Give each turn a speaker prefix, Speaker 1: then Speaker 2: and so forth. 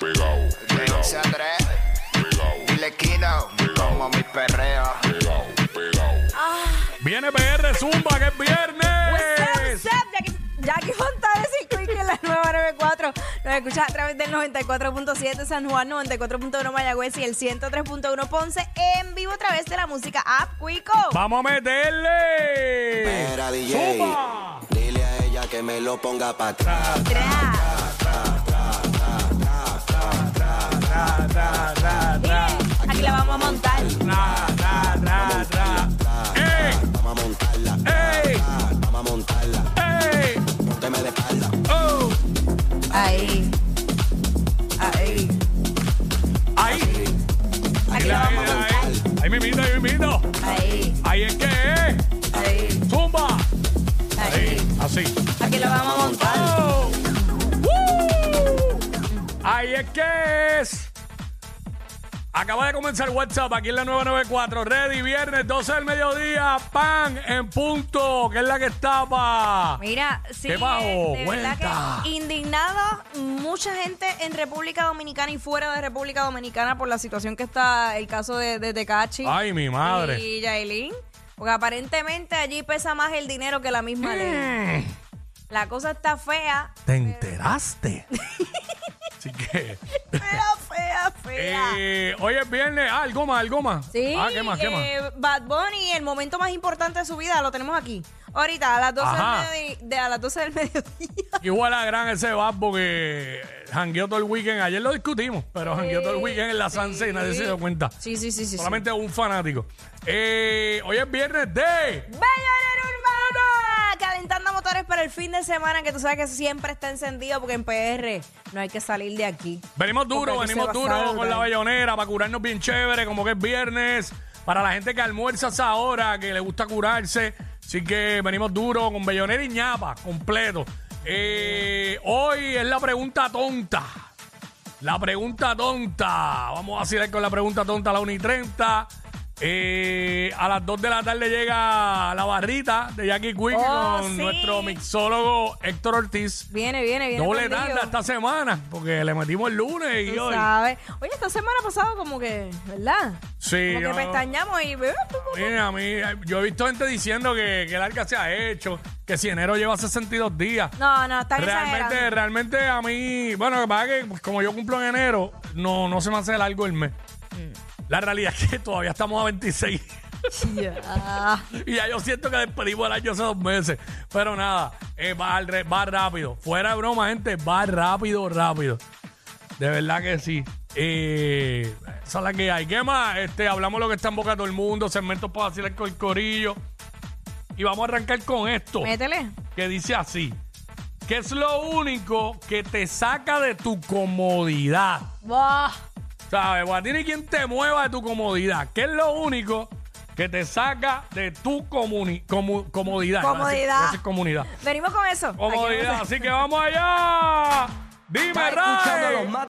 Speaker 1: Pegao,
Speaker 2: De 11 a 3. Dile Kino. Como mi perreo.
Speaker 1: pegao, pegao.
Speaker 3: Viene PR Zumba, que es viernes.
Speaker 4: What's up, Jackie, Jackie Fontanes y Quickie en la nueva 94. Nos escuchas a través del 94.7 San Juan, 94.1 Mayagüez y el 103.1 Ponce en vivo a través de la música App Cuico.
Speaker 3: Vamos a meterle.
Speaker 5: Era DJ.
Speaker 3: Zumba.
Speaker 5: Dile a ella que me lo ponga para atrás.
Speaker 4: Tra.
Speaker 3: Tra, tra, tra, tra,
Speaker 4: Bien, Aquí la vamos a montar.
Speaker 3: tra, tra, tra, tra. ¡Ey!
Speaker 5: Vamos a montarla. Ah,
Speaker 3: ¡Ey!
Speaker 5: Vamos a montarla.
Speaker 3: ¡Ey!
Speaker 5: Pónteme de espalda.
Speaker 3: ¡Oh!
Speaker 4: Ahí. Ahí.
Speaker 3: Ahí,
Speaker 4: Aquí
Speaker 3: ahí,
Speaker 4: la
Speaker 3: ahí,
Speaker 4: vamos a montar.
Speaker 3: ahí, ahí me invito, ahí me invito.
Speaker 4: Ahí.
Speaker 3: Ahí es que es.
Speaker 4: Ahí.
Speaker 3: Zumba. Ahí,
Speaker 4: Ahí.
Speaker 3: así.
Speaker 4: Aquí la vamos a montar.
Speaker 3: ¡Oh! ¡Woo! Ahí es que es. Acaba de comenzar WhatsApp aquí en la 994. Ready, viernes 12 del mediodía. Pan en punto, que es la que estaba.
Speaker 4: Mira, sí,
Speaker 3: ¿Qué bajo?
Speaker 4: de verdad
Speaker 3: Vuelta.
Speaker 4: que indignado mucha gente en República Dominicana y fuera de República Dominicana por la situación que está el caso de, de Tecachi
Speaker 3: Ay, mi madre.
Speaker 4: y Yailin. Porque aparentemente allí pesa más el dinero que la misma
Speaker 3: Mm.
Speaker 4: ley. La cosa está fea,
Speaker 3: ¿Te enteraste? Así que.
Speaker 4: fea, fea, fea.
Speaker 3: eh, hoy es viernes. Ah, algo más, algo más.
Speaker 4: Sí,
Speaker 3: Ah, ¿qué más, qué más?
Speaker 4: eh, Bad Bunny, el momento más importante de su vida, lo tenemos aquí. Ahorita, a las 12, del,
Speaker 3: Ajá.
Speaker 4: mediodi- de, a las 12 del mediodía.
Speaker 3: Igual a gran ese babbo que jangueó todo el weekend. Ayer lo discutimos, pero jangueó todo el weekend en la Sanse y nadie se dio cuenta.
Speaker 4: Sí, sí, sí, sí. sí.
Speaker 3: Solamente un fanático. Eh, hoy es viernes de.
Speaker 4: ¡Bellonera Urbana! Calentando motores para el fin de semana, que tú sabes que siempre está encendido porque en PR no hay que salir de aquí.
Speaker 3: Venimos duro,
Speaker 4: Porque aquí
Speaker 3: venimos
Speaker 4: se va a
Speaker 3: duro con
Speaker 4: saludar.
Speaker 3: la bayonera para curarnos bien chévere, como que es viernes. Para la gente que almuerza a esa hora, que le gusta curarse. Así que venimos duro con bayonera y ñapa, completo. Eh, hoy es la pregunta tonta. La pregunta tonta. Vamos a seguir con la pregunta tonta a la 1 y 30. Eh, a las 2 de la tarde llega la barrita de Jackie Quick
Speaker 4: Oh,
Speaker 3: con
Speaker 4: sí.
Speaker 3: nuestro mixólogo Héctor Ortiz.
Speaker 4: Viene, viene, viene.
Speaker 3: Doble
Speaker 4: prendido.
Speaker 3: tanda esta semana, porque le metimos el lunes y
Speaker 4: Tú
Speaker 3: hoy.
Speaker 4: sabes. Oye, esta semana pasada como que, ¿verdad?
Speaker 3: Sí,
Speaker 4: Como que
Speaker 3: yo-
Speaker 4: pestañamos y... eh,
Speaker 3: Mira, a mí, yo he visto gente diciendo que, que el arca se ha hecho, que si enero lleva 62 días.
Speaker 4: No, no, está
Speaker 3: Realmente,
Speaker 4: exagerando.
Speaker 3: realmente a mí, bueno, lo que pasa es que pues, como yo cumplo en enero, no, no se me hace largo el mes.
Speaker 4: Mm.
Speaker 3: La realidad es que todavía estamos a 26
Speaker 4: Ya.
Speaker 3: y ya yo siento que despedimos el año hace dos meses. Pero nada, eh, va, al re- va rápido. Fuera de broma, gente, va rápido, rápido. De verdad que sí. Eh, esa es la que hay. ¿Qué más? Este, hablamos lo que está en boca de todo el mundo, segmentos para vacilar con el corillo. Y vamos a arrancar con esto,
Speaker 4: Métele.
Speaker 3: que dice así. ¿Qué es lo único que te saca de tu comodidad?
Speaker 4: Buah.
Speaker 3: ¿Sabes? Pues a ti ni quien te mueva de tu comodidad. ¿Qué es lo único que te saca de tu comuni- comu- comodidad? Iba a decir-
Speaker 4: Comodidad.
Speaker 3: iba a decir comunidad.
Speaker 4: Venimos con eso. Aquí vamos a-
Speaker 3: Comodidad. Así que vamos allá. Dime,
Speaker 5: Está escuchando
Speaker 3: Ray.
Speaker 5: los más